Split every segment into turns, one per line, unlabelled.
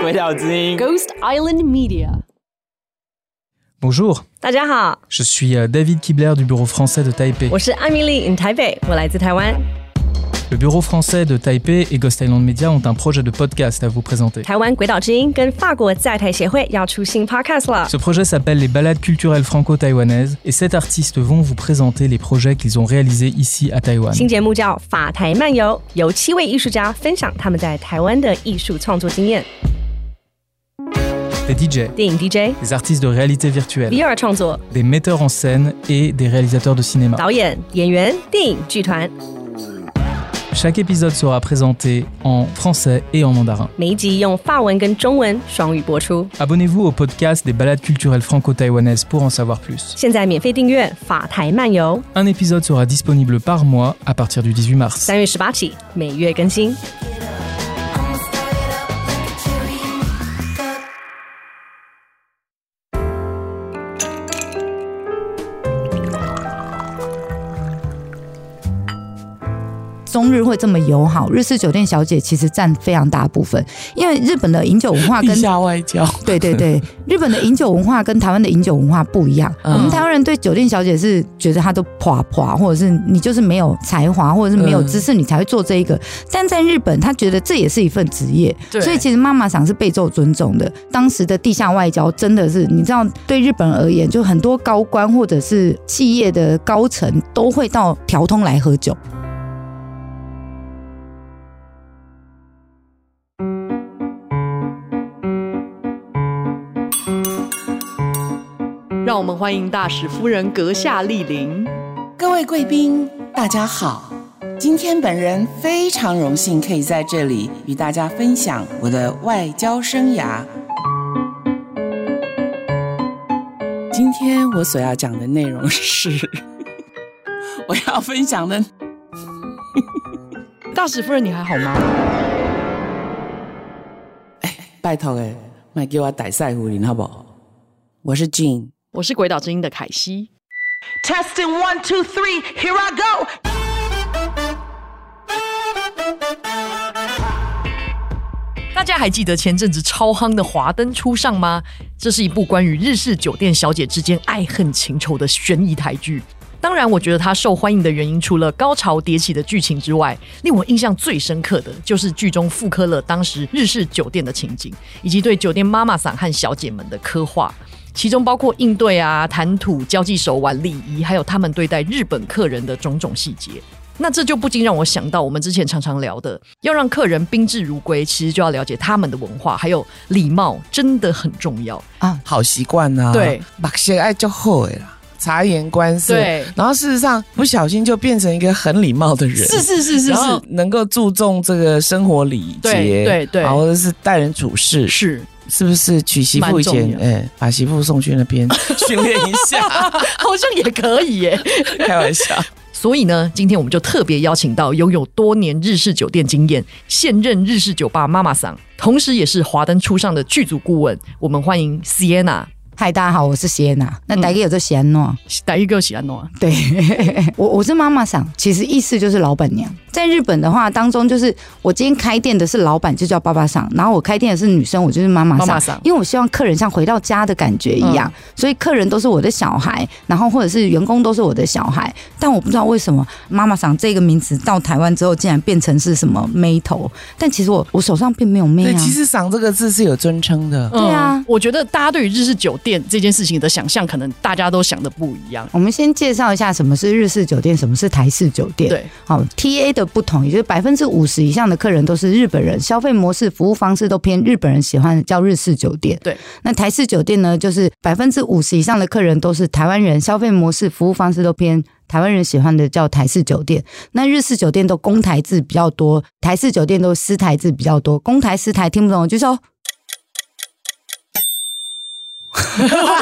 鬼岛之音。
Ghost Island Media.
Bonjour,
大家好，
je suis euh, David Kibler du bureau français de Taipei.
我是艾米丽 in 台北，我来自台湾。
Le bureau français de Taipei et Ghost Island Media ont un projet de podcast à vous présenter.
台湾鬼岛之音跟法国在台协会要出新 podcast 了。
Ce projet s'appelle les balades culturelles franco-taïwanaises et sept artistes vont vous présenter les projets qu'ils ont réalisés ici à Taïwan.
新节目叫《法台漫游》，由七位艺术家分享他们在台湾的艺术创作经验。
Des DJ,
电影 DJ、
des artistes de réalité virtuelle,
VR 创作、
des metteurs en scène et des réalisateurs de cinéma.
导演、演员、电影剧团，
Chaque épisode sera présenté en français et en mandarin.
每一集用法文跟中文双语播出。
Abonnez-vous au podcast des balades culturelles franco-taïwanaises pour en savoir plus.
现在免费订阅《法台漫游》，
Un épisode sera disponible par mois à partir du 18 mars.
三月十八起每月更新。
中日会这么友好，日式酒店小姐其实占非常大部分，因为日本的饮酒文化跟
地下外交，
对对 对，日本的饮酒文化跟台湾的饮酒文化不一样。
嗯
我们台湾人对酒店小姐是觉得她都垮垮，或者是你就是没有才华，或者是没有
嗯
知识，你才会做这一个。但在日本，他觉得这也是一份职业，
对
所以其实妈妈桑是备受尊重的。当时的地下外交真的是，你知道，对日本人而言，就很多高官或者是企业的高层都会到调通来喝酒。
让我们欢迎大使夫人阁下莅临。
各位贵宾，大家好。今天本人非常荣幸可以在这里与大家分享我的外交生涯。今天我所要讲的内容是， 我要分享的
大使夫人，你还好吗？
拜托诶，卖给我逮赛胡林好不好？我是 Jean，
我是鬼岛之音的凯西。
Testing one, two, three, here I go.
大家还记得前阵子超夯的《华灯初上》吗？这是一部关于日式酒店小姐之间爱恨情仇的悬疑台剧。当然，我觉得它受欢迎的原因，除了高潮迭起的剧情之外，令我印象最深刻的就是剧中复刻了当时日式酒店的情景，以及对酒店妈妈桑和小姐们的刻画。其中包括应对啊、谈吐、交际手腕、礼仪，还有他们对待日本客人的种种细节。那这就不禁让我想到我们之前常常聊的，要让客人宾至如归，其实就要了解他们的文化，还有礼貌，真的很重要。
啊好习惯呐。
对，
把些爱就后悔啦，察言观色。
对
然后事实上啊不小心就变成一个很礼貌的人。
是是是是
然后
是
能够注重这个生活礼节，
对对对
啊，或者是待人处事，
是，
是不是娶媳妇以前
蛮，重
哎、把媳妇送去那边训练一下，
好像也可以耶。
开玩笑，
所以呢，今天我们就特别邀请到拥有多年日式酒店经验、现任日式酒吧妈妈桑，同时也是华灯初上的剧组顾问，我们欢迎 Sienna。
嗨，大家好，我是谢娜。那大家有这谢娜？
打一个喜安诺，
对， 我我是妈妈桑，其实意思就是老板娘。在日本的话当中，就是我今天开店的是老板，就叫爸爸桑；然后我开店的是女生，我就是妈妈
妈
桑
妈。桑嗯
因为我希望客人像回到家的感觉一样，所以客人都是我的小孩，然后或者是员工都是我的小孩。但我不知道为什么“妈妈桑”这个名词到台湾之后，竟然变成是什么妹头，但其实我我手上并没有妹
对，
啊。
其实“赏”这个字是有尊称的，
对啊
嗯我觉得大家对于日式酒店这件事情的想象，可能大家都想的不一样。
我们先介绍一下什么是日式酒店，什么是台式酒店。
对，
好，TA 的不同，也就是百分之五十以上的客人都是日本人，消费模式、服务方式都偏日本人喜欢，叫日式酒店。
对，
那台式酒店呢，就是百分之五十以上的客人都是台湾人，消费模式、服务方式都偏。台湾人喜欢的叫台式酒店，那日式酒店都公台制比较多，台式酒店都私台制比较多。公台私台听不懂，举手。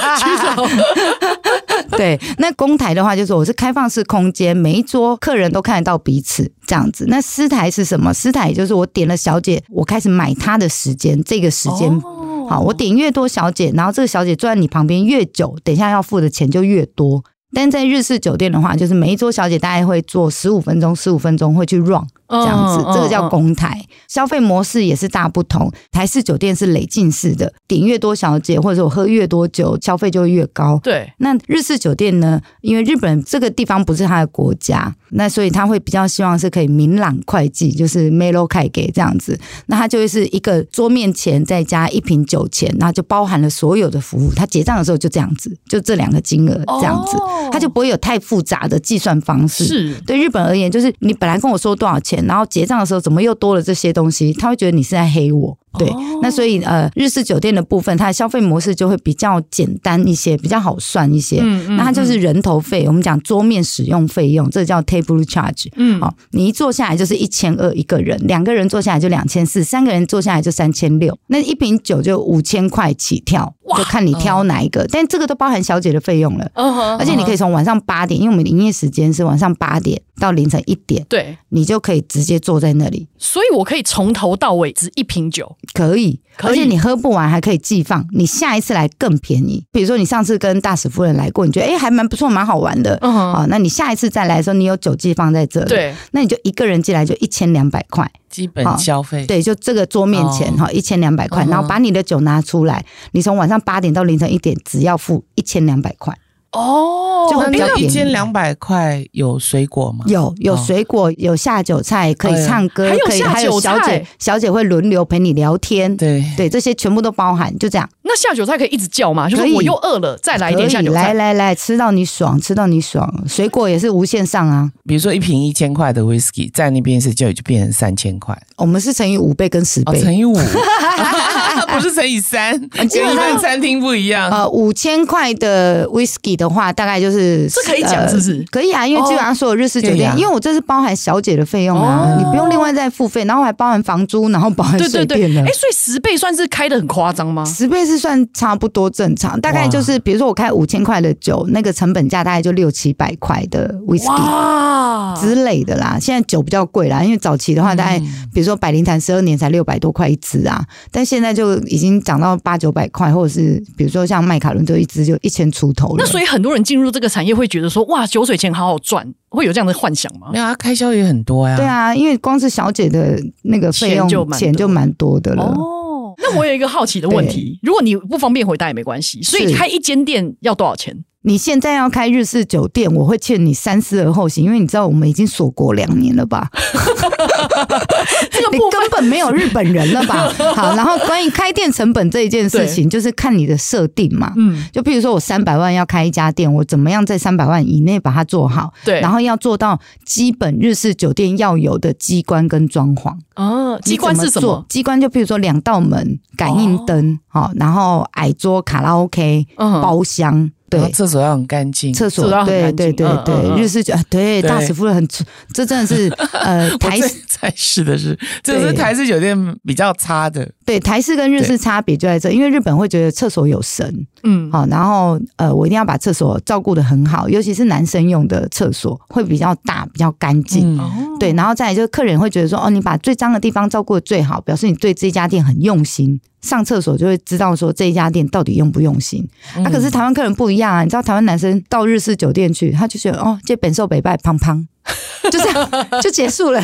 对，那公台的话就是我是开放式空间，每一桌客人都看得到彼此这样子。那私台是什么？私台就是我点了小姐，我开始买她的时间，这个时
哦
间。好，我点越多小姐，然后这个小姐坐在你旁边越久，等一下要付的钱就越多。但在日式酒店的话，就是每一桌小姐大概会做十五分钟，十五分钟会去 run，这样子
嗯嗯，
这个叫
嗯
公台。消费模式也是大不同，台式酒店是累进式的，点越多小姐或者我喝越多酒，消费就会越高。
对，
那日式酒店呢？因为日本这个地方不是他的国家，那所以他会比较希望是可以明朗会计，就是 melo 开给这样子。那他就会是一个桌面钱再加一瓶酒钱，那就包含了所有的服务。他结账的时候就这样子，就这两个金额这样子，
哦
他就不会有太复杂的计算方式。
是
对日本而言，就是你本来跟我说多少钱，然后结账的时候怎么又多了这些东西，他会觉得你是在黑我。对，
哦
那所以呃，日式酒店的部分，它的消费模式就会比较简单一些，比较好算一些。
嗯嗯
那它就是人头费，我们讲桌面使用费用，这叫 table charge。
嗯
好、你一坐下来就是一千二一个人，两个人坐下来就两千四，三个人坐下来就三千六，那一瓶酒就五千块起跳，就看你
哦
挑哪一个。但这个都包含小姐的费用了。
嗯哼
而且你可以从晚上八点，因为我们的营业时间是晚上八点到凌晨一点，
对，
你就可以直接坐在那里，
所以我可以从头到尾只一瓶酒，
可以。
可以
而且你喝不完还可以寄放，你下一次来更便宜。比如说你上次跟大使夫人来过，你觉得哎、诶还蛮不错，蛮好玩的，
嗯哼
哦，那你下一次再来的时候，你有酒寄放在这里，，
对，
那你就一个人进来就一千两百块，
基本
好
消费，
对，就这个桌面钱
哦
哈，一千两百块，
嗯哼
然后把你的酒拿出来，你从晚上八点到凌晨一点，只要付一千两百块。
哦
就
哦那
很比较便宜
一千两百块有水果吗？
有有
哦
水果，有下酒菜，可
哎
以
呀
唱歌，
还有
可以
下
还有
酒
小姐
菜
小姐会轮流陪你聊天，
对
对，这些全部都包含，就这样。
那下酒菜可以一直叫吗？就是
可以
我又饿了，再来一点
可
下
以
酒
来
菜。
来来，吃到你爽，吃到你爽。水果也是无限上啊，
比如说一瓶一千块的 whisky，在那边是就就变成三千块，
我们是乘以五倍跟十
哦，
倍。
乘以五， 不是乘以三，跟
基本
一
上
般餐厅不一样。
呃，五千块的 whisky 的话，大概就是
这可以讲是不是哦
呃可以啊，因为基本上所有日式酒
对
店
呀，
因为我这是包含小姐的费用啊，你不用另外再付费，然后还包含房租，然后包含
对
水
对对
电，了
哎，。所以十倍算是开的很夸张吗？
十倍是算差不多正常，大概就是比如说我开五千块的酒，那个成本价大概就六七百块的 whisky
哇，
之类的啦。现在酒比较贵啦，因为早期的话大概、
嗯
比如说百灵坛十二年才六百多块一支啊，但现在就已经涨到八九百块，或者是比如说像麦卡伦就一支就一千出头了。
那所以很多人进入这个产业会觉得说，哇，酒水钱好好赚，会有这样的幻想吗
没？有啊，开销也很多呀。
对，啊，因为光是小姐的那个费用
钱就蛮多
钱就蛮多的了。
哦，那我有一个好奇的问题，如果你不方便回答也没关系，所以
是
开一间店要多少钱？
你现在要开日式酒店，我会劝你三思而后行，因为你知道我们已经锁国两年了吧？
这个
你
部分
根本没有日本人了 吧？好，然后关于开店成本这一件事情，就是看你的设定嘛。
嗯，
就譬如说我三百万要开一家店，我怎么样在三百万以内把它做好，
对，
然后要做到基本日式酒店要有的机关跟装潢。
哦，机关是
你
什
怎做
么？？
机关就譬如说两道门、感应灯，好、然后矮桌、卡拉 OK、
哦嗯
包厢，
然后
对。
厕所要很干净。
厕所
厕所要很
对
干
对
净
对
嗯
对，
嗯嗯
日式酒啊对
对
大使夫人很出，这真的是呃
我
台
最才是的是，这是
对
台式酒店比较差的。
对台式跟日式差别就在这，因为日本会觉得厕所有神，
嗯，
好，然后呃我一定要把厕所照顾的很好，尤其是男生用的厕所会比较大，比较干净，
嗯，
对，哦然后再来就是客人会觉得说，哦，你把最脏的地方照顾的最好，表示你对这家店很用心。上厕所就会知道说这一家店到底用不用心。
嗯
啊，可是台湾客人不一样啊，你知道台湾男生到日式酒店去，他就觉得哦，这本寿北拜胖胖，就这样 就结束了，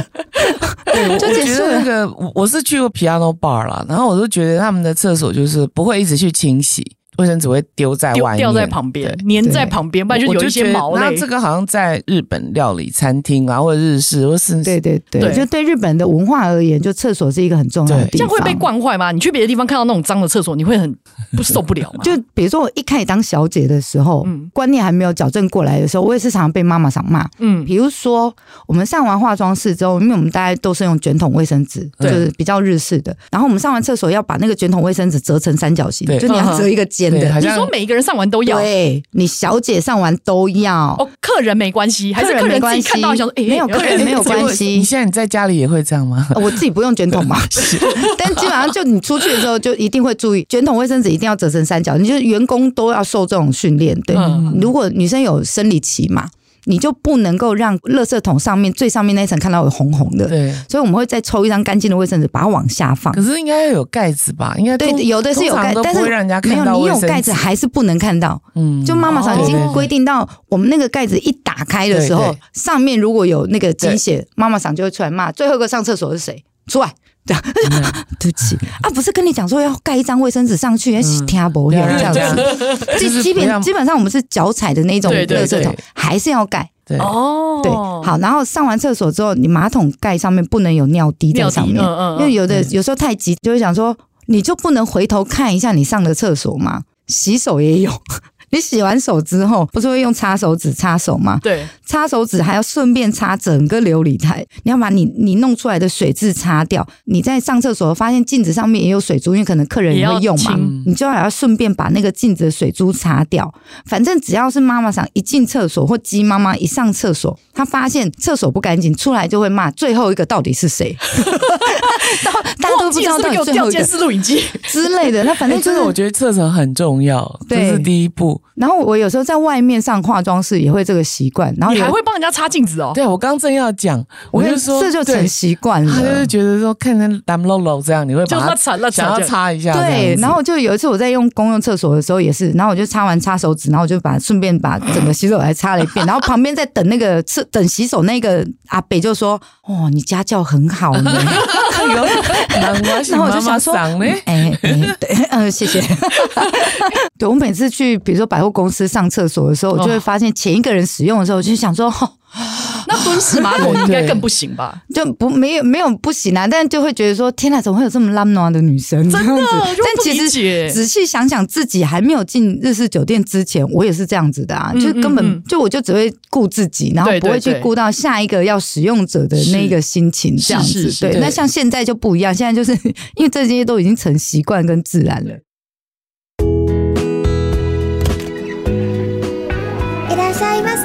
就
我
结
觉
束
得那
了。
个我我是去过 piano bar 啦，然后我就觉得他们的厕所就是不会一直去清洗，卫生纸会丢在
丢
外面，
掉在旁边
对，
粘在旁边，不然就
我
有一些
觉得
毛
那
类
这。个好像在日本料理餐厅啊，或者日式，或是
对对对，
对
就对日本的文化而言，就厕所是一个很重要的
对
地
这
方。
样会被惯坏吗？你去别的地方看到那种脏的厕所，你会很不受不了吗？
就比如说我一开始当小姐的时候，
嗯
观念还没有矫正过来的时候，我也是常常被妈妈常骂。
嗯
比如说，我们上完化妆室之后，因为我们大家都是用卷筒卫生纸，就
对
是比较日式的。然后我们上完厕所要把那个卷筒卫生纸折成三角形，
对
就你
嗯
要折一个尖
对好
的。
你
像
说每一个人上完都要
对你小姐上完都要，
哦，客人没关系，还是
客人
客
没
人自
关
己
系
看到想说，哎，
没有
哎
客人
哎
没有
这个
关系
你现在你在家里也会这样 吗？
呃我自己不用卷 筒嘛， 但基本上就你出去的时候就一定会注意，卷筒卫生纸一定要折成三角，你就是员工都要受这种训练。对，
嗯
如果女生有生理期嘛。你就不能够让垃圾桶上面最上面那一层看到有红红的，
对。
所以我们会再抽一张干净的卫生纸，把它往下放
可。是应该要有盖子吧？应该
对
通，
有的是有
通常
盖
都，
但
不
是
会让人家
没
看
有
到
你
卫
有
生
盖子还是不能看到。
嗯，
就妈妈桑已经规定到我们那个盖子一打开的时
对
候
对，
上面如果有那个鸡血，妈妈桑就会出来骂。最后一个上厕所是谁？出来。对，对不起 啊，不是跟你讲说要盖一张卫生纸上去，要听不
对
要
啊
这样
对啊
子。
就是
基基
不要
本基本上我们是脚踩的那种
对对
垃圾桶
对，
还是要盖。
对
哦，
对，好，然后上完厕所之后，你马桶盖上面不能有尿滴在
尿
上
滴，嗯
面，
嗯，
因为
嗯
有的有时候太急，就会想说，你就不能回头看一下你上的厕所吗？洗手也有， 你洗完手之后，不是会用擦手纸擦手吗？
对，
擦手纸还要顺便擦整个琉璃台，你要把你你弄出来的水渍擦掉。你在上厕所发现镜子上面也有水珠，因为可能客人也会用
也要
嘛
清，
你就要顺便把那个镜子的水珠擦掉。反正只要是妈妈想一进厕所或鸡妈妈一上厕所，她发现厕所不干净，出来就会骂最后一个到底是 谁，到大家都
忘
不
记
知道
是不
到
是给
底最
我
后
调
一
监
个
视录影机，
之类的。那反
哎，
正就
真
是
的，我觉得厕所很重要，这
对
是第一步。
然后我有时候在外面上化妆室也会这个习惯，然后
你还
有
会帮人家擦镜子哦？
对，我刚正要讲，
我
我
跟
就说，
这就成
对
习惯了。
他就是觉得说，看见蓝露露这样，你会
就
把
是那
它
惨那惨
想要
这样
擦一下这样子，
对，然后就有一次我在用公用厕所的时候也是，然后我就擦完擦手指，然后我就把顺便把整个洗手台擦了一遍，然后旁边在等那个厕等洗手那个阿北就说：“哦，你家教很好呢。
难怪是
然后我
妈
就
妈
想说
桑呢，”
哎哎，对，嗯、谢 谢。对我每次去比如说百货公司上厕所的时候，我
哦
就会发现前一个人使用的时候，我就想说，哦、
那蹲式马桶
对
应该
对
更不行吧？
就不没有没有不行啊，但就会觉得说，天哪，怎么会有这么浪暖的女生？
真的
这样子
我就不
但其
理解
实仔细想想，自己还没有进日式酒店之前，我也是这样子的啊，
嗯
就根本、
嗯嗯
就我就只会顾自己，然后
对
不会
对
去
对
顾到下一个要使用者的那个心情，这样子。
是是是
对，
对
那像现在就不一样，现在就是因为这些都已经成习惯跟自然了。
いらっしゃいませ。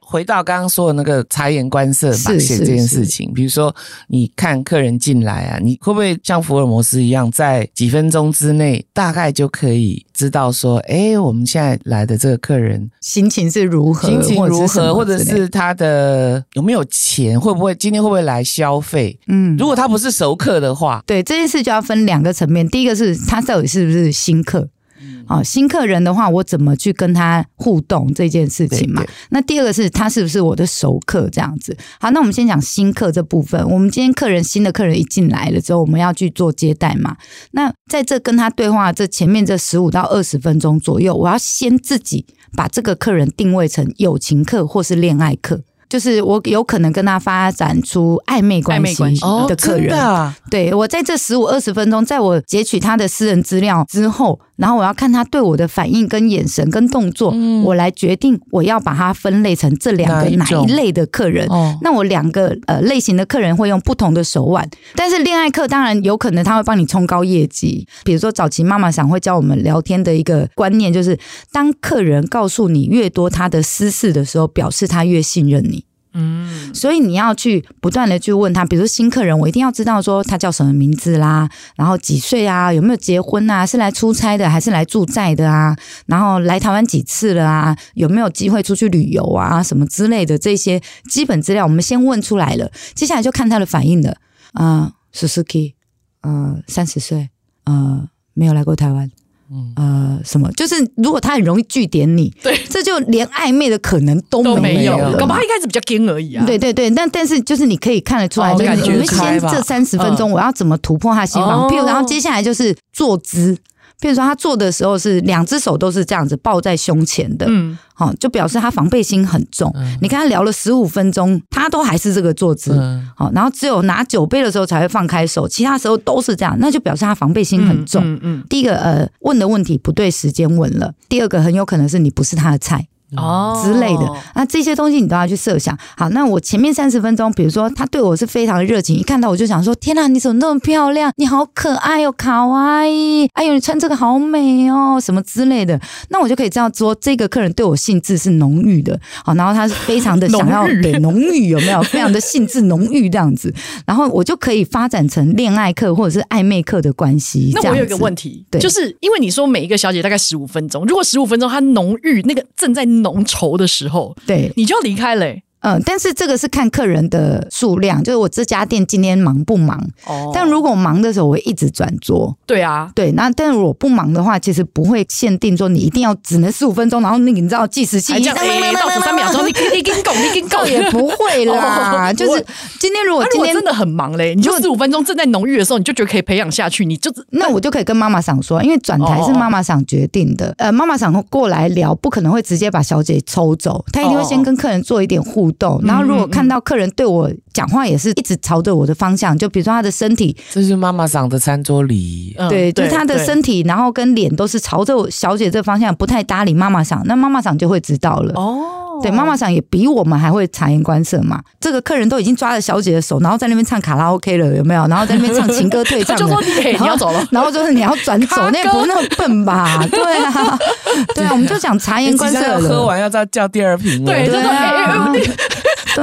回到刚刚说的那个察言观色
是
把线
是
这件
是
事情，比如说你看客人进来啊，你会不会像福尔摩斯一样，在几分钟之内大概就可以知道说，哎，我们现在来的这个客人
心情是如何？
心情如
或者是什
何，
么
或者
之类的
是他的有没有钱，会不会今天会不会来消费？
嗯
如果他不是熟客的话，
对这件事就要分两个层面，第一个是他到底是不是新客。
嗯
哦，新客人的话，我怎么去跟他互动这件事情嘛？
对对
那第二个是他是不是我的熟客这样子？好，那我们先讲新客这部分。我们今天客人新的客人一进来了之后，我们要去做接待嘛？那在这跟他对话这前面这十五到二十分钟左右，我要先自己把这个客人定位成友情客或是恋爱客，就是我有可能跟他发展出暧昧关
暧昧
系
关系
的客
真
人。
的啊
对我在这十五二十分钟，在我截取他的私人资料之后，然后我要看他对我的反应、跟眼神、跟动作，
嗯
我来决定我要把它分类成这两个
哪一
哪
种
一类的客人。
哦，
那我两个呃类型的客人会用不同的手腕，但是恋爱课当然有可能他会帮你冲高业绩。比如说早期妈妈想会教我们聊天的一个观念，就是当客人告诉你越多他的私事的时候，表示他越信任你。
嗯，
所以你要去不断的去问他，比如说新客人，我一定要知道说他叫什么名字啦，然后几岁啊，有没有结婚啊，是来出差的还是来住寨的啊，然后来台湾几次了啊，有没有机会出去旅游啊，什么之类的这些基本资料，我们先问出来了，接下来就看他的反应了。啊、s u z u k i 呃，三十岁，呃，没有来过台湾。呃，什么？就是如果他很容易据点你，
嗯对
这就连暧昧的可能都
都
嗯没
没有
有了，
搞不好他一开始比较硬而已啊。
对，对对，但但是就是你可以看得出
哦
来，就是
感
我
觉
们
出来
先
吧嗯
这三十分钟，我要怎么突破他心
哦
房？譬如，然后接下来就是坐姿。譬如说，他坐的时候是两只手都是这样子抱在胸前的，
嗯，
好、就表示他防备心很重。你跟他聊了十五分钟，他都还是这个坐姿，
嗯，
好、然后只有拿酒杯的时候才会放开手，其他时候都是这样，那就表示他防备心很重。
嗯嗯，
第一个，呃，问的问题不对时间问了；第二个，很有可能是你不是他的菜。
哦
之类的。那这些东西你都要去设想。好，那我前面三十分钟，比如说他对我是非常热情，一看到我就想说：天啊，你怎么那么漂亮？你好可爱哦，卡哇伊！哎呦，你穿这个好美哦，什么之类的。那我就可以知道说，这个客人对我兴致是浓郁的。好，然后他是非常 的想要
浓郁
对浓郁有没有？非常的兴致浓郁这样子，然后我就可以发展成恋爱课或者是暧昧课的关系。
那
这
我
样
有一个
子
问题，
对
就是因为你说每一个小姐大概十五分钟，如果十五分钟她浓郁那个正在浓稠的时候，
对，
你就要离开嘞、
嗯，但是这个是看客人的数量，就是我这家店今天忙不忙。
哦
但如果忙的时候，我会一直转桌。
对啊，
对，那但如果不忙的话，其实不会限定说你一定要只能十五分钟，然后那个你知道计时器
还这样哎倒数三秒钟，你你跟拱，你跟
倒
拱
也。不会啦。
哦
就是
我
今天如果
那如
今
果
天
真的很忙嘞，你就
如
十五分钟正在浓郁的时候，你就觉得可以培养下去，你就
那我就可以跟妈妈想说，因为转
哦
台是妈妈想决定的。呃，妈妈想过来聊，不可能会直接把小姐抽走，她一定会先跟客人做一点互动。
哦
然后如
嗯
果看到客人对我讲话也是一直朝着我的方向，就比如说他的身体，
这就是妈妈桑的餐桌礼仪。
嗯
对，就是他的
对
身体，然后跟脸都是朝着我小姐这方向，不太搭理妈妈想，那妈妈想就会知道了。
哦，
对，妈妈想也比我们还会察言观色嘛。这个客人都已经抓着小姐的手，然后在那边唱卡拉 OK 了，有没有？然后在那边唱情歌对
他
唱
就
的，
说你哎
然
你
后
要走了，
然后 就是你要转走，那也不那么笨 吧？对啊，对啊，我们就讲察言
你
观
几
色
餐要喝
了。
完要再叫第二瓶了。
对，就
对
说
啊
哎 哎哎，
对啊，
他就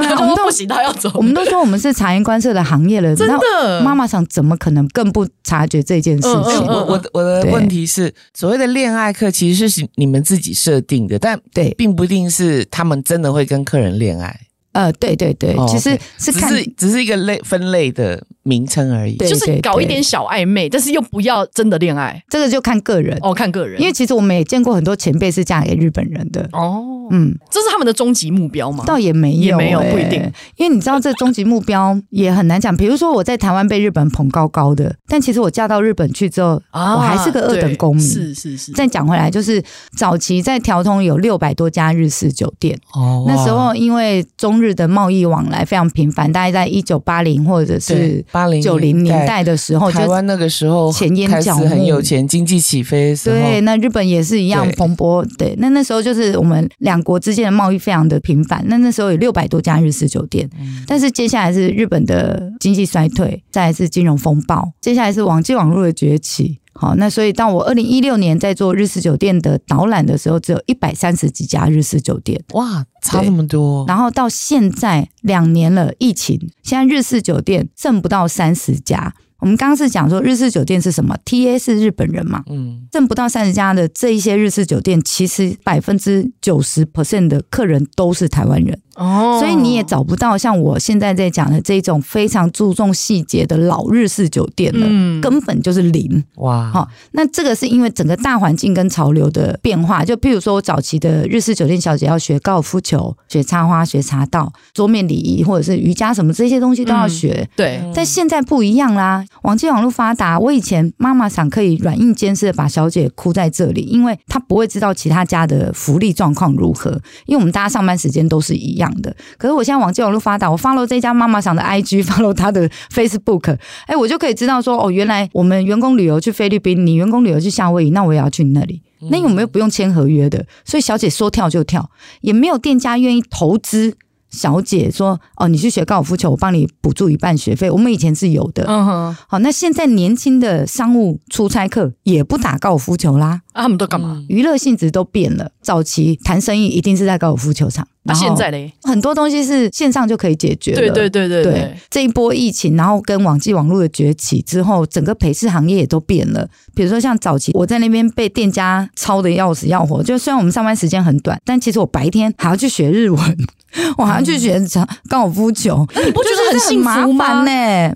我们
说
都
不行，他要走
我，们都说我们是察言观色的行业了，
真
然后
的
妈妈想怎么可能更不察觉这件事
嗯
情？
嗯嗯
我我的我的
对
问题是，所谓的恋爱课其实是你们自己设定的，但
对
并不一定是他们真的会跟客人恋爱，
呃，对对对，
哦
其实
OK
是
只
看
是只是一个类分类的名称而已。
对
就是搞一点小暧昧，但是又不要真的恋爱
这个就看个人，
哦，看个人，
因为其实我们也见过很多前辈是嫁给日本人的，
哦，
嗯，
这是他们的终极目标吗？
倒也没有、
也没有
欸
不一定，
因为你知道这终极目标也很难讲。比如说我在台湾被日本捧高高的，但其实我嫁到日本去之后，我还是个二等公民。
啊对是是是，
再讲回来，就是早期在条通有六百多家日式酒店，
哦
那时候因为中日的贸易往来非常频繁，大概在一九八零或者是
八零
九零年代的时候，
台
就
湾那个时候
前烟
开始
角目
很有钱，经济起飞的时候，
对，那日本也是一样
对
蓬勃。对，那那时候就是我们两国之间的贸易非常的频繁。那那时候有六百多家日式酒店，但是接下来是日本的经济衰退，再来是金融风暴，接下来是网际网络的崛起。好，那所以到我二零一六年在做日式酒店的导览的时候，只有一百三十几家日式酒店。
哇，差那么多。
然后到现在两年了，疫情，现在日式酒店剩不到三十家。我们刚刚是讲说日式酒店是什么？TA 是日本人嘛？
嗯，
剩不到三十家的这一些日式酒店，其实百分之九十 percent 的客人都是台湾人，
哦
所以你也找不到像我现在在讲的这种非常注重细节的老日式酒店了，
嗯
根本就是零。
哇，
好、那这个是因为整个大环境跟潮流的变化，就譬如说我早期的日式酒店小姐要学高尔夫球、学插花、学茶道、桌面礼仪或者是瑜伽什么这些东西都
嗯
要学。
对
但现在不一样啦，网际网络发达。我以前妈妈想可以软硬兼施的把小姐哭在这里，因为她不会知道其他家的福利状况如何，因为我们大家上班时间都是一样的。可是我现在网际网络发达，我 follow 这家妈妈想的 IG，follow 她的 Facebook，哎，我就可以知道说，哦，原来我们员工旅游去菲律宾，你员工旅游去夏威夷，那我也要去那里。那因为我们又不用签合约的，所以小姐说跳就跳，也没有店家愿意投资小姐说哦，你去学高尔夫球，我帮你补助一半学费。我们以前是有的，
嗯哼，啊
好，那现在年轻的商务出差客也不打高尔夫球啦，
他们都干嘛？
娱乐性质都变了。早期谈生意一定是在高尔夫球场，
那
然后
啊现在嘞？
很多东西是线上就可以解决的。
对对对对
对
对，
这一波疫情，然后跟网际网络的崛起之后，整个陪侍行业也都变了。比如说像早期我在那边被店家操的要死要活，就虽然我们上班时间很短，但其实我白天还要去学日文， 我还要去学高尔夫球，
你不觉得很幸
麻
福吗
烦？呢、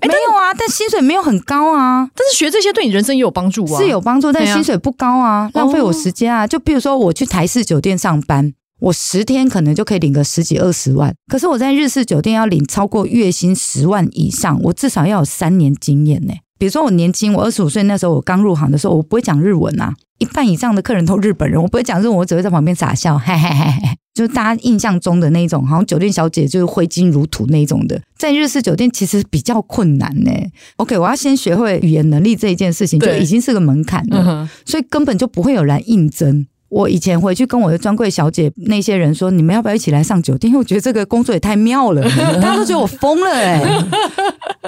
没有啊，但薪水没有很高啊。
但是学这些对你人生也有帮助啊，
是有帮助，但
对啊
薪水不高啊，浪费我时间啊。就比如说我去台式酒店上班，我十天可能就可以领个十几二十万，可是我在日式酒店要领超过月薪十万以上，我至少要有三年经验呢、比如说我年轻，我二十五岁那时候，我刚入行的时候，我不会讲日文啊，一半以上的客人都日本人，我不会讲日文，我只会在旁边傻笑， 嘿嘿嘿嘿。就是大家印象中的那一种，好像酒店小姐就是挥金如土那一种的，在日式酒店其实比较困难呢、OK，我要先学会语言能力这一件事情，就
对
已经是个门槛了。
嗯哼，
所以根本就不会有人应征。我以前回去跟我的专柜小姐那些人说，你们要不要一起来上酒店？因为我觉得这个工作也太妙 了，大家都觉得我疯了哎、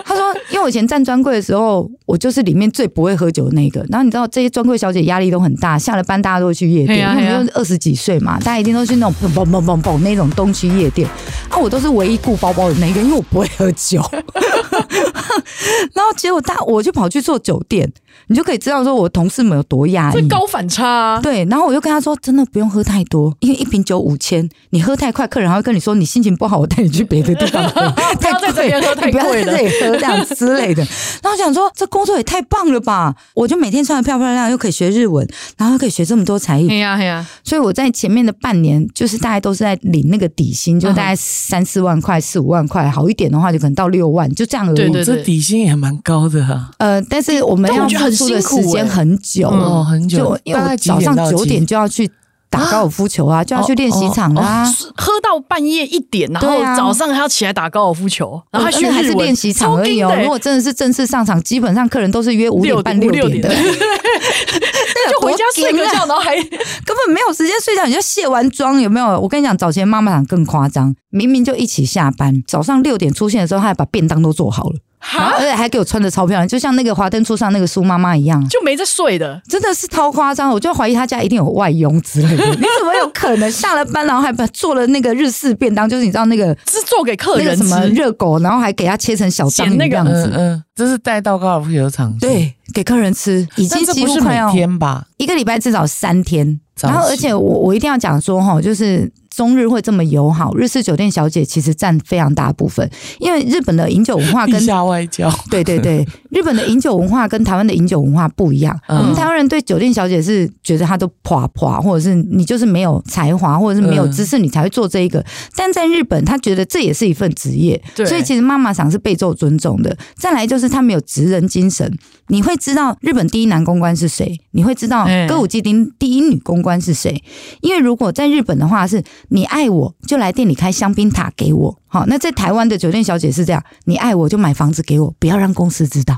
她说，因为我以前站专柜的时候，我就是里面最不会喝酒的那个。然后你知道这些专柜小姐压力都很大，下了班大家都会去夜店，
嘿啊
因为
嘿啊
我们就二十几岁嘛，大家一定都去那种砰砰砰砰砰那种东区夜店。啊，我都是唯一顾包包的那个，因为我不会喝酒。然后结果大我就跑去做酒店，你就可以知道说我同事们有多压抑
这。高反差、啊。
嗯对，然后我就跟他说，真的不用喝太多，因为一瓶酒五千，你喝太快，客人还会跟你说你心情不好，我带你去别的地 方喝，太
要在这
贵
边喝
了，
太
你不要
贵
在
了
这里喝这样之类的。然后我想说，这工作也太棒了吧！我就每天穿的漂漂亮亮，又可以学日文，然后又可以学这么多才艺
哎，呀哎呀，
所以我在前面的半年，就是大概都是在领那个底薪，
嗯
就大概三四万块、四五万块，好一点的话就可能到六万，就这样而已。
对对
这底薪也蛮高的啊。
呃，但是我们
但我
要
觉得很
付出的
辛苦
时间
欸
很久，
嗯
哦很久
就因为
大概
我
几点
早上
到
九
几
点就要去打高尔夫球啊，
哦
就要去练习场啦、嗯
是喝到半夜一点，然后
对啊
早上还要起来打高尔夫球，然后
我
还学
那还是
日文，
练习场
超
而已
硬
哦
的。欸
如果真的是正式上场，基本上客人都是约五点半、
六
点
点
的，
就回家睡个
多惊
觉，
啊
然后 还
根本没有时间睡觉，你就卸完妆有没有？我跟你讲，早前妈妈场更夸张，明明就一起下班，早上六点出现的时候，她还把便当都做好了，然
啊
后而且还给我穿的超漂亮，就像那个《华灯初上》那个苏妈妈一样。
就没在睡的。
真的是超夸张，我就怀疑她家一定有外佣之类 的。你怎么有可能下了班，然后还把做了那个日式便当？就是你知道那个
是做给客
那个
人
什
吃，
么热狗，然后还给它切成小章
剪
鱼
那
这
个
样子
嗯。嗯，这是带到高尔夫球场去，
对，给客人吃，已
但
经
这
几
不
乎
是
快
每
要
天吧？
一个礼拜至少三天。
早
然后，
起
而且我我一定要讲说哈，就是中日会这么友好，日式酒店小姐其实占非常大部分，因为日本的饮酒文化
地
跟
下外交，
对对对，日本的饮酒文化跟台湾的饮酒文化不一样。
嗯
我们台湾人对酒店小姐是觉得她都垮垮，或者是你就是没有才华，或者是没有
嗯
知识，你才会做这一个。但在日本，他觉得这也是一份职业，
对
所以其实妈妈桑是备受尊重的。再来就是他们有职人精神，你会知道日本第一男公关是谁，你会知道
嗯
歌舞伎町第一女公关是谁。因为如果在日本的话是，你爱我就来店里开香槟塔给我。好，那在台湾的酒店小姐是这样，你爱我就买房子给我，不要让公司知道。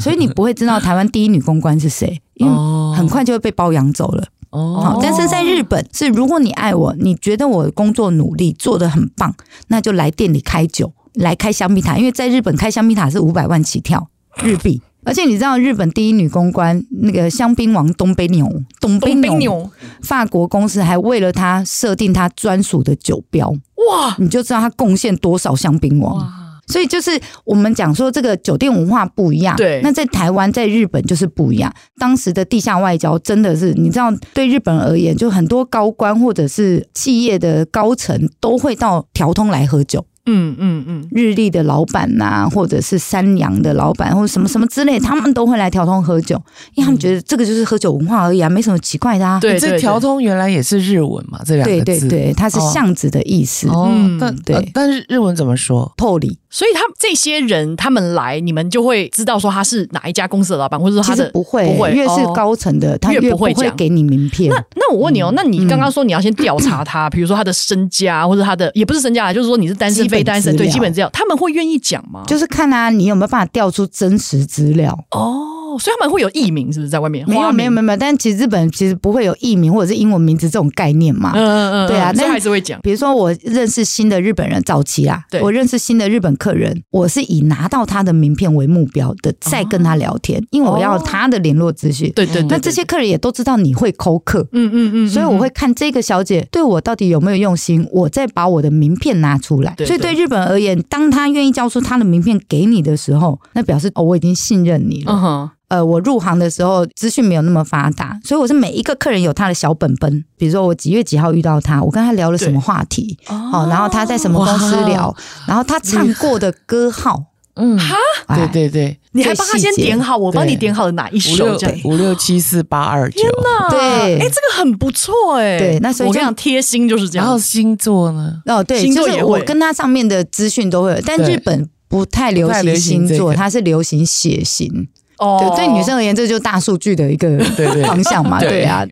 所以你不会知道台湾第一女公关是谁，因
哦
为很快就会被包养走了。好，
哦，
但是在日本是，如果你爱我，你觉得我工作努力做得很棒，那就来店里开酒，来开香槟塔，因为在日本开香槟塔是五百万起跳日币。而且你知道日本第一女公关那个香槟王东北牛，东北
东北
牛，
牛
法国公司还为了他设定他专属的酒标，
哇，
你就知道他贡献多少香槟王。所以就是我们讲说这个酒店文化不一样，
对
那在台湾、在日本就是不一样。当时的地下外交真的是，你知道，对日本人而言，就很多高官或者是企业的高层都会到调通来喝酒，
嗯嗯嗯，
日立的老板呐、或者是三洋的老板，或者什么什么之类，他们都会来调通喝酒，因为他们觉得这个就是喝酒文化而已啊，没什么奇怪的啊。
对对
这
对
条通原来也是日文嘛，这两
对
个
对
字，
对，它是巷子的意思，
哦
嗯，
但
对
呃但是日文怎么说？
透里
所以他这些人他们来，你们就会知道说他是哪一家公司的老板，或者说
其
他
实
哦的
不会，
不会
越是
哦
高嗯层的，他
越
越
不
不
会
会
讲
给你名片。
那那我问你哦，那你刚刚说你要先调 查他，比如说他的身家，或者他的也不是身家，就是说你是单身
基本
非单身，
资料
对，基本资料，他们会愿意讲吗？
就是看啊，你有没有办法调出真实资料？
哦，所以他们会有艺名，是不是在外面？
没
花
有，
名
没有，没有，没有。但其实日本其实不会有艺名或者是英文名字这种概念嘛。
嗯嗯嗯，
对啊
那
那
还是会讲。
比如说，我认识新的日本人，早期啊
对，
我认识新的日本客人，我是以拿到他的名片为目标的，再跟他聊天，因为我要他的联络资讯。
哦对对对，
那这些客人也都知道你会抠客，
嗯嗯嗯，
所以我会看这个小姐对我到底有没有用心，我再把我的名片拿出来。
对
所以对日本而言，当他愿意交出他的名片给你的时候，那表示哦，我已经信任你了。
嗯哼，
呃，我入行的时候资讯没有那么发达，所以我是每一个客人有他的小本本，比如说我几月几号遇到他，我跟他聊了什么话题，哦，然后他在什么公司聊，然后他唱过的歌号，
嗯，
哎
对对对，
你还帮他先点好，我帮你点好了哪一
五
首
六
这样。
五六七四八二九，
啊
对
哎、这个很不错哎、
对那所以
我
就
跟你讲，贴心就是这
然
样
后。星座呢？
哦，对，
星座
就
也
是
会
我跟他上面的资讯都会有，但
对
日本不太流
不太流
行
行
星
这
座，
个
它是流行血型。
哦
对，对女生而言，这就是大数据的一个
对对
方向嘛，
对
对啊。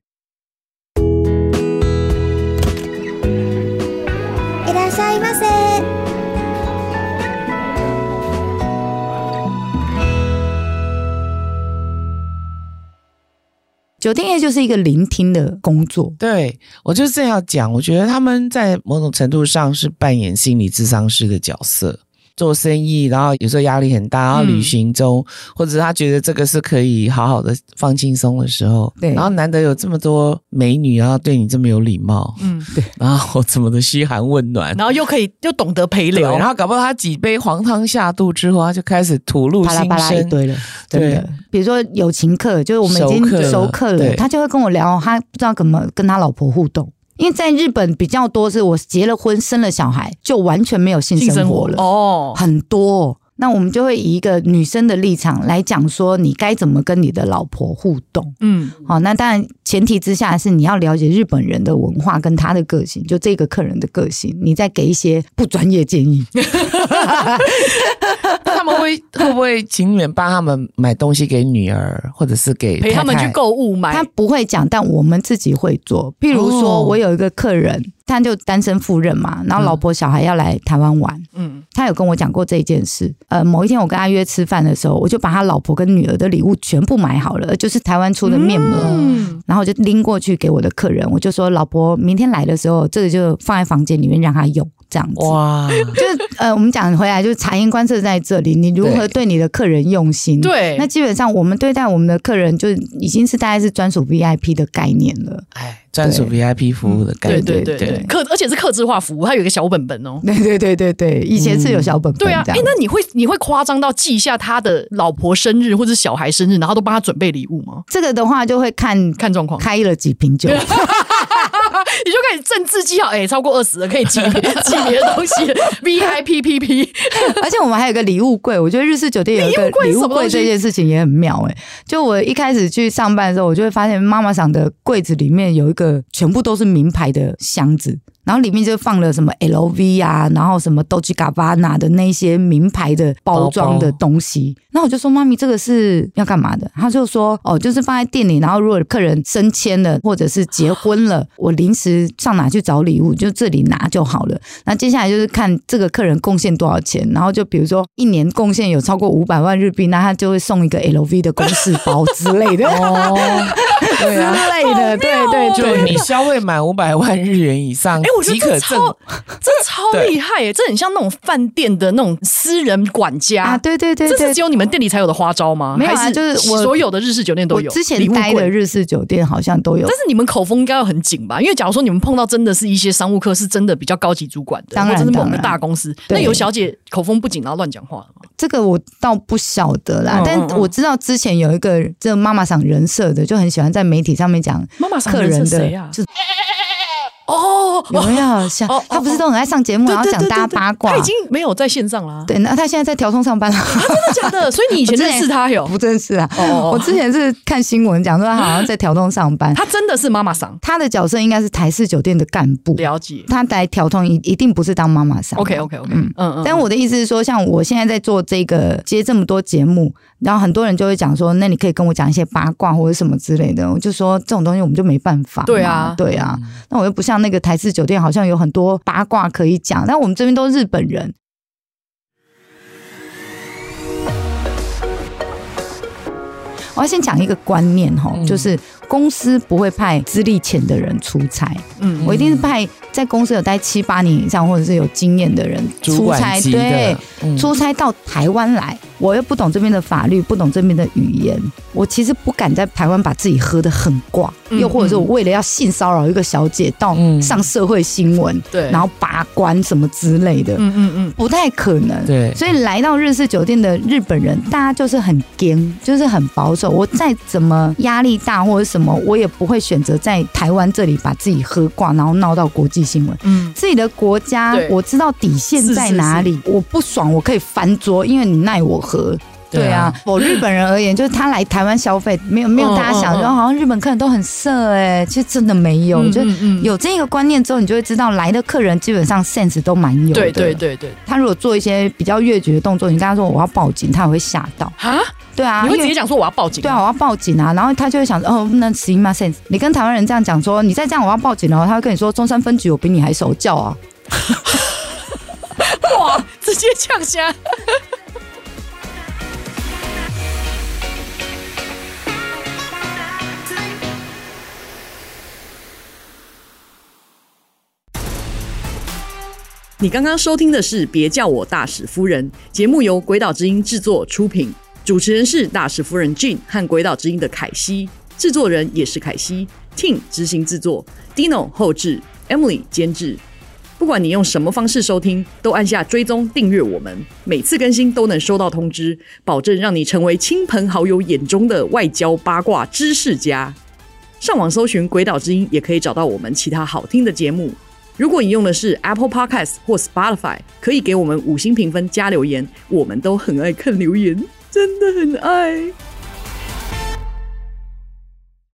いらっしゃいませ。
酒店业就是一个聆听的工作，
对我就是这样讲，我觉得他们在某种程度上是扮演心理咨商师的角色。做生意，然后有时候压力很大，然后
嗯
旅行中，或者是他觉得这个是可以好好的放轻松的时候，
对
然后难得有这么多美女，然后对你这么有礼貌，
嗯，
然后怎么的嘘寒问暖，
然后又可以又懂得陪
对
聊，
然后搞不好他几杯黄汤下肚之后，他就开始吐露
巴拉
心
巴拉一
声，
堆了，真
对
的。比如说友情课，就是我们已
熟客了
经熟客了
对，
他就会跟我聊，他不知道怎么跟他老婆互动。因为在日本比较多，是我结了婚生了小孩，就完全没有性
性
生
生
活
活
了。
哦，
很多。那我们就会以一个女生的立场来讲说，你该怎么跟你的老婆互动。
嗯，
好，那当然前提之下是你要了解日本人的文化跟他的个性，就这个客人的个性，你再给一些不专业建议。
他们会会不会请你们帮他们买东西给女儿，或者是给
陪他们
太
去
太
购物买
他，不会讲，但我们自己会做。譬如
哦
说，我有一个客人，他就单身赴任嘛，然后老婆小孩要来台湾玩，
嗯，
他有跟我讲过这件事。呃，某一天我跟他约吃饭的时候，我就把他老婆跟女儿的礼物全部买好了，就是台湾出的面膜。
嗯，
然后我就拎过去给我的客人，我就说：“老婆，明天来的时候，这个就放在房间里面让他用，这样子。”
哇，
就是呃，我们讲回来，就是察言观色在这里，你如何对你的客人用心？，
对
那，基本上我们对待我们的客人，就已经是大概是专属 VIP 的概念了。
哎，专属 VIP 服务的感觉，
对对对对，客而且是客制化服务，它有一个小本本哦。
对对对对对，以前是有小本本
对
这
啊
样，，
哎，那你会你会夸张到记一下他的老婆生日或者小孩生日，然后都帮他准备礼物吗？
这个的话就会看
看状况，
开了几瓶酒，
你就开始政治记好，哎，超过二十了可以记 记别的东西了，VIP P P，
而且我们还有个礼物柜，我觉得日式酒店有一个
礼物柜
礼
是什
物
么东
柜
西
这件事情也很妙哎、就我一开始去上班的时候，我就会发现妈妈桑的柜子里面有一个全部都是名牌的箱子，然后里面就放了什么 LV 啊，然后什么 Dolce Gabbana 的那些名牌的包装的东西。那我就说妈咪，这个是要干嘛的？她就说哦，就是放在店里，然后如果客人升迁了或者是结婚了，我临时上哪去找礼物，就这里拿就好了。那接下来就是看这个客人贡献多少钱，然后就比如说一年贡献有超过五百万日币，那他就会送一个 LV 的公事包之 类
啊
的
哦，对啊。
之类的，对对
就
对。
你消费满五百万日元以上，
哎，我觉得
即可
这
证
超这 超厉害耶，这很像那种饭店的那种私人管
啊，
家。
对对对
这
对
是只，有你们店里才有的花招吗？
没有啊
还
就是我
所有的日式酒店都
我
有。
之前
礼物
待
柜
的日式酒店好像都有
但，是你们口风应该要很紧吧？因为假如说你们碰到真的是一些商务客，是真的比较高级主管的，
当然
或者是某
当
个
然
大公司，
对
那有小姐口风不紧然后乱讲话了吗？
这个我倒不晓得啦
嗯。
但
嗯嗯
我知道之前有一个这妈妈桑人设的，就很喜欢在媒体上面讲
妈妈桑
客
人
人
是
的
谁啊，
就
哦，
有没有像
哦哦
他不是都很爱上节目，
对
然后
对
讲
对
大家
对对
八卦
他已。经没有在线上啦，
对，那他现在在调通上班了。
真的假的？所以你以前
我之前
认识他 有
不正式啊。
哦
我之前是看新闻讲说他好像在条通上班，
他真的是妈妈桑，
他的角色应该是台式酒店的干部，
了解。
他来条通一一定不是当妈妈桑。
OK OK OK，嗯
嗯
嗯，
但我的意思是说，像我现在在做这个接这么多节目，然后很多人就会讲说，那你可以跟我讲一些八卦或者什么之类的。我就说这种东西我们就没办法嘛，
对啊
对啊。那我又不像那个台式酒店，好像有很多八卦可以讲，但我们这边都是日本人，我要先讲一个观念哈，
嗯
就是公司不会派资历浅的人出差，
嗯
嗯，我一定是派在公司有待七八年以上或者是有经验的人
主
出
管
差，
级的
对，，
嗯
出差到台湾来，我又不懂这边的法律，不懂这边的语言，我其实不敢在台湾把自己喝得很挂，
嗯
又或者是我为了要性骚扰一个小姐到
嗯
上社会新闻，
对
然后把关什么之类的，
嗯嗯嗯，
不太可能。
对
所以来到日式酒店的日本人，大家就是很坚，就是很保守。我再怎么压力大或者什么，我也不会选择在台湾这里把自己喝挂，然后闹到国际新闻。
嗯
自己的国家
对，
我知道底线在哪里。我不爽，我可以翻桌，因为你奈我何。对啊，，我日本人而言，就是他来台湾消费，没有没有
嗯
大家想
嗯嗯
说好像日本客人都很色哎、其实真的没有，
嗯
就
嗯嗯
有这个观念之后，你就会知道来的客人基本上 sense 都蛮有的。
对对对对
他如果做一些比较越矩的动作，你跟他说我要报警，他也会吓到。
啊，
对啊，
你会
因
直
为
接讲说我要报警？
对啊，，我要报警啊，然后他就会想哦，那 s i m a s e n 你跟台湾人这样讲说，你再这样我要报警了，他会跟你说中山分局我比你还守教啊。
哇，直接呛虾。你刚刚收听的是《别叫我大使夫人》节目，由鬼岛之音制作出品，主持人是大使夫人 Jean 和鬼岛之音的凯西，制作人也是凯西，Tim 执行制作，Dino 后制，Emily 监制。不管你用什么方式收听，都按下追踪订阅我们，每次更新都能收到通知，保证让你成为亲朋好友眼中的外交八卦知识家。上网搜寻《鬼岛之音》，也可以找到我们其他好听的节目。如果你用的是 Apple Podcast 或 Spotify，可以给我们五星评分加留言，我们都很爱看留言，真的很爱。